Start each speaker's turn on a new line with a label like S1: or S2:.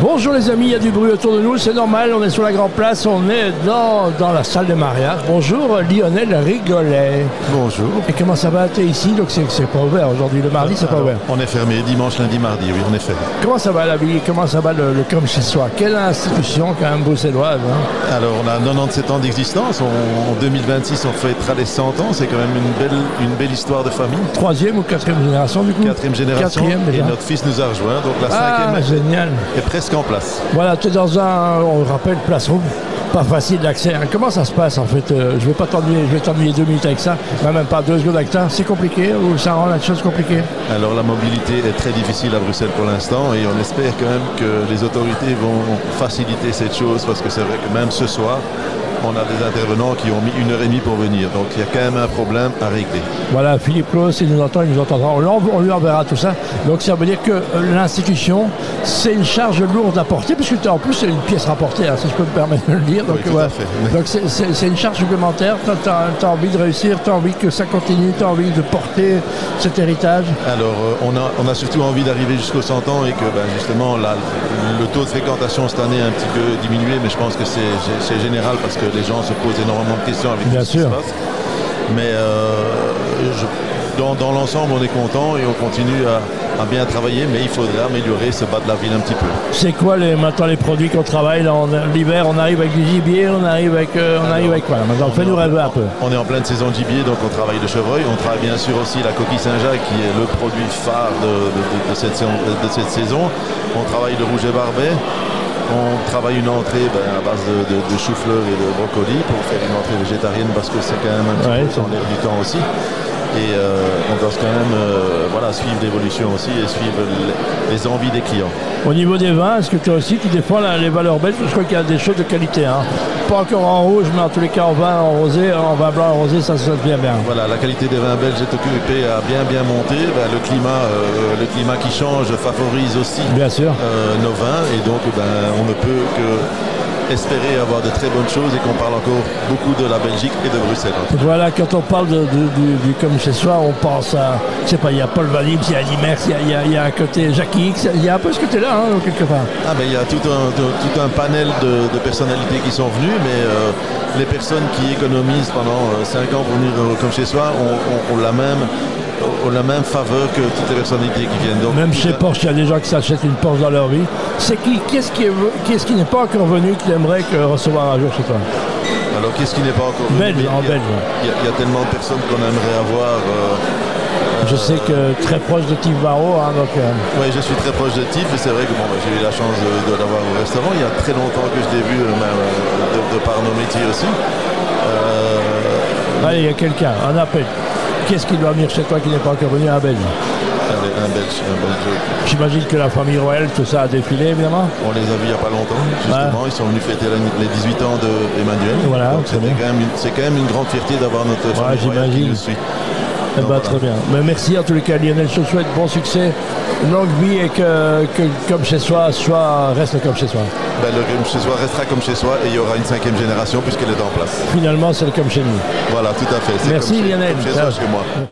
S1: Bonjour les amis, il y a du bruit autour de nous, c'est normal, on est sur la Grand Place, on est dans, dans la salle de mariage. Bonjour Lionel Rigolet.
S2: Bonjour.
S1: Et comment ça va T'es ici, donc c'est c'est pas ouvert aujourd'hui, le mardi c'est pas
S2: Alors,
S1: ouvert.
S2: On est fermé dimanche, lundi, mardi, oui, on est fermé.
S1: Comment ça va la ville Comment ça va le, le com chez soi Quelle institution quand même bruxelloise hein
S2: Alors on a 97 ans d'existence, on- en 2026 on fêtera les 100 ans, c'est quand même une belle, une belle histoire de famille.
S1: Troisième ou quatrième génération du coup
S2: Quatrième génération,
S1: Quatrième
S2: et
S1: déjà.
S2: notre fils nous a rejoint, donc la
S1: Ah,
S2: cinquième
S1: génial.
S2: est presque en place.
S1: Voilà, tu es dans un, on le rappelle, place rouge. Pas facile d'accès. hein. Comment ça se passe en fait Euh, Je vais pas t'ennuyer, je vais t'ennuyer deux minutes avec ça, mais même pas deux secondes avec ça. C'est compliqué ou ça rend la chose compliquée
S2: Alors la mobilité est très difficile à Bruxelles pour l'instant et on espère quand même que les autorités vont faciliter cette chose parce que c'est vrai que même ce soir, on a des intervenants qui ont mis une heure et demie pour venir, donc il y a quand même un problème à régler.
S1: Voilà, Philippe Claus, il nous entend, il nous entendra, on, l'en- on lui enverra tout ça. Donc ça veut dire que euh, l'institution, c'est une charge lourde à porter, puisque t'as- en plus c'est une pièce rapportée, hein, si je peux me permettre de le dire. Donc,
S2: Oui, tout à
S1: voilà.
S2: fait, oui.
S1: Donc, c'est- c'est c'est une charge supplémentaire, tu as, envie de réussir, tu as envie que ça continue, tu as envie de porter cet héritage.
S2: Alors, euh, on, a, on a surtout envie d'arriver jusqu'aux 100 ans et que ben, justement, la- le taux de fréquentation cette année a un petit peu diminué, mais je pense que c'est- c'est c'est général parce que les gens se posent énormément de questions avec
S1: Bien
S2: tout ce qui
S1: sûr.
S2: se passe. Mais euh, je- dans, dans l'ensemble, on est content et on continue à, à bien travailler, mais il faudrait améliorer ce bas de la ville un petit peu.
S1: C'est quoi les, maintenant les produits qu'on travaille là, en- L'hiver, on arrive avec du gibier, on arrive avec, euh, on arrive avec quoi là, Maintenant, fais-nous rêver un peu.
S2: On est en pleine saison de gibier, donc on travaille le chevreuil. On travaille bien sûr aussi la coquille Saint-Jacques, qui est le produit phare de, de- de- de cette, saison, de- de cette saison. On travaille le rouge et barbet. On travaille une entrée ben, à base de, de, de chou-fleur et de brocoli pour faire une entrée végétarienne parce que c'est quand même un petit
S1: Ouais,
S2: peu dans l'air du temps aussi. Et euh, on doit quand même euh, voilà, suivre l'évolution aussi et suivre les- les envies des clients.
S1: Au niveau des vins, est-ce que toi aussi tu défends la- les valeurs belges Je crois qu'il y a des choses de qualité. hein. Pas encore en rouge, mais en tous les cas en vin, en rosé, en vin blanc, en rosé, ça se bien bien.
S2: Voilà, la qualité des vins belges est occupée à bien bien monter. Ben, le, climat, euh, le climat qui change favorise aussi
S1: Bien sûr.
S2: euh, nos vins et donc ben, on ne peut que espérer avoir de très bonnes choses et qu'on parle encore beaucoup de la Belgique et de Bruxelles.
S1: Voilà, quand on parle de, de- du, du comme ce soir, on pense à, je sais pas, il y a Paul Valibs, il y a Eddie Merckx, il y a- il y a, il y a un côté Jackie X, il y a un peu ce côté-là, hein, quelque part.
S2: Ah, ben, il y a tout un, tout- tout un panel de, de personnalités qui sont venues, mais euh, les personnes qui économisent pendant 5 ans pour venir euh, comme chez soi ont, ont- ont la même, ont la même faveur que toutes les personnalités qui viennent. Donc,
S1: Même
S2: tout
S1: chez
S2: un-
S1: Porsche, il y a des gens qui s'achètent une Porsche dans leur vie. C'est qui, qu'est-ce qui, est- qu'est-ce qui n'est pas encore venu, qui aimerait que recevoir un jour chez toi
S2: Alors qu'est-ce qui n'est pas encore venu
S1: Belge,
S2: Mais il y a-
S1: en Belge.
S2: Il y, a- il y a tellement de personnes qu'on aimerait avoir. euh,
S1: Je sais que très proche de Tim Barrow, hein, donc. euh,
S2: ouais, je suis très proche de Tiff et c'est vrai que bon, bah, j'ai eu la chance de, de l'avoir au restaurant. Il y a très longtemps que je l'ai vu euh, bah, euh, de, de par nos métiers aussi. Euh,
S1: Allez, il y a quelqu'un, un appel. Qu'est-ce qui doit venir chez toi qui n'est pas encore venu à Belge
S2: allez, un Belge, un Belge.
S1: J'imagine que la famille royale, tout ça a défilé évidemment.
S2: On les a vus il n'y a pas longtemps, justement. Ils sont venus fêter la- les 18 ans d'Emmanuel.
S1: Voilà,
S2: Donc,
S1: très
S2: c'était
S1: bien.
S2: quand même une- c'est quand, même une grande fierté d'avoir notre famille royale qui
S1: j'imagine.
S2: nous suit.
S1: Eh ben,
S2: Donc, voilà.
S1: très bien. Mais merci en tous les cas Lionel, je te souhaite bon succès, longue vie et que, que comme chez soi, soit reste comme chez soi.
S2: Ben, le Comme chez soi restera comme chez soi et il y aura une cinquième génération puisqu'elle est en place.
S1: Finalement, c'est le comme chez nous.
S2: Voilà, tout à fait. C'est
S1: Merci,
S2: comme chez-
S1: Lionel.
S2: comme chez
S1: Ciao.
S2: soi, chez moi.